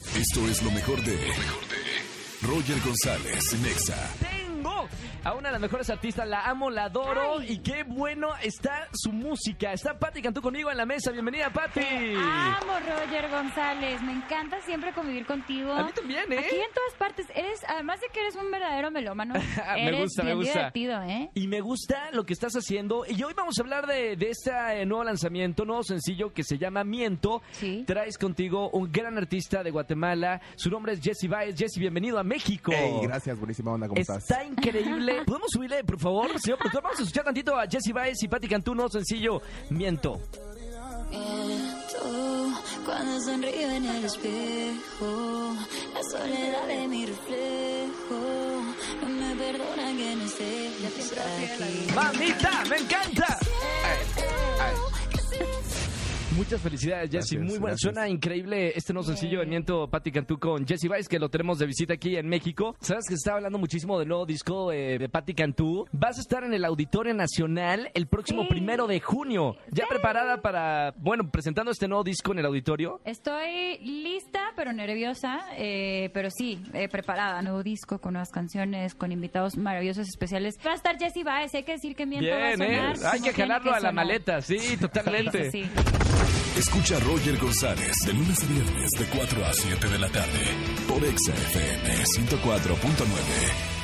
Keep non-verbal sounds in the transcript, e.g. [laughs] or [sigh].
Esto es lo mejor de Roger González en Exa. Tengo a una de las mejores artistas, la amo, la adoro y qué bueno está su música. Está Patti Cantú conmigo en la mesa. Bienvenida, Patti. Amo, Roger González. Me encanta siempre convivir contigo. A mí también, ¿eh? Aquí en todas partes. Eres, además de que eres un verdadero melómano, [laughs] eres me gusta, me bien gusta. divertido, ¿eh? Y me gusta lo que estás haciendo. Y hoy vamos a hablar de, de este eh, nuevo lanzamiento, nuevo sencillo que se llama Miento. Sí. Traes contigo un gran artista de Guatemala. Su nombre es Jesse Baez. Jesse, bienvenido a México. Hey, gracias, buenísima onda, Eh, ¿cómo Está estás? increíble. ¿Podemos subirle, por favor, señor productor? Vamos a escuchar tantito a Jesse Baez y Patti Cantú, nuevo sencillo Miento. Tú, cuando sonrío en el espejo, la soledad de mi reflejo, no me perdona que no esté aquí. ¡Mamita! ¡Me encanta! Que sin Muchas felicidades, Jesse. Gracias, Muy bueno. gracias. Suena increíble este nuevo sencillo de Miento Patti Cantú con Jesse Vice, que lo tenemos de visita aquí en México. Sabes que se está hablando muchísimo del nuevo disco eh, de Patti Cantú. Vas a estar en el Auditorio Nacional el próximo Sí. primero de junio. ¿Ya preparada para, bueno, presentando este nuevo disco en el auditorio? Estoy lista, pero nerviosa, eh, pero sí, eh, preparada. Nuevo disco con nuevas canciones, con invitados maravillosos especiales. Va a estar Jesse Baez, hay que decir que miento va a Bien, ¿eh? sonar. Hay como que tiene jalarlo a la sonar. maleta, [laughs] sí, totalmente. Sí, sí, sí. Escucha a Roger González de lunes a viernes de 4 a 7 de la tarde por Exa FM 104.9.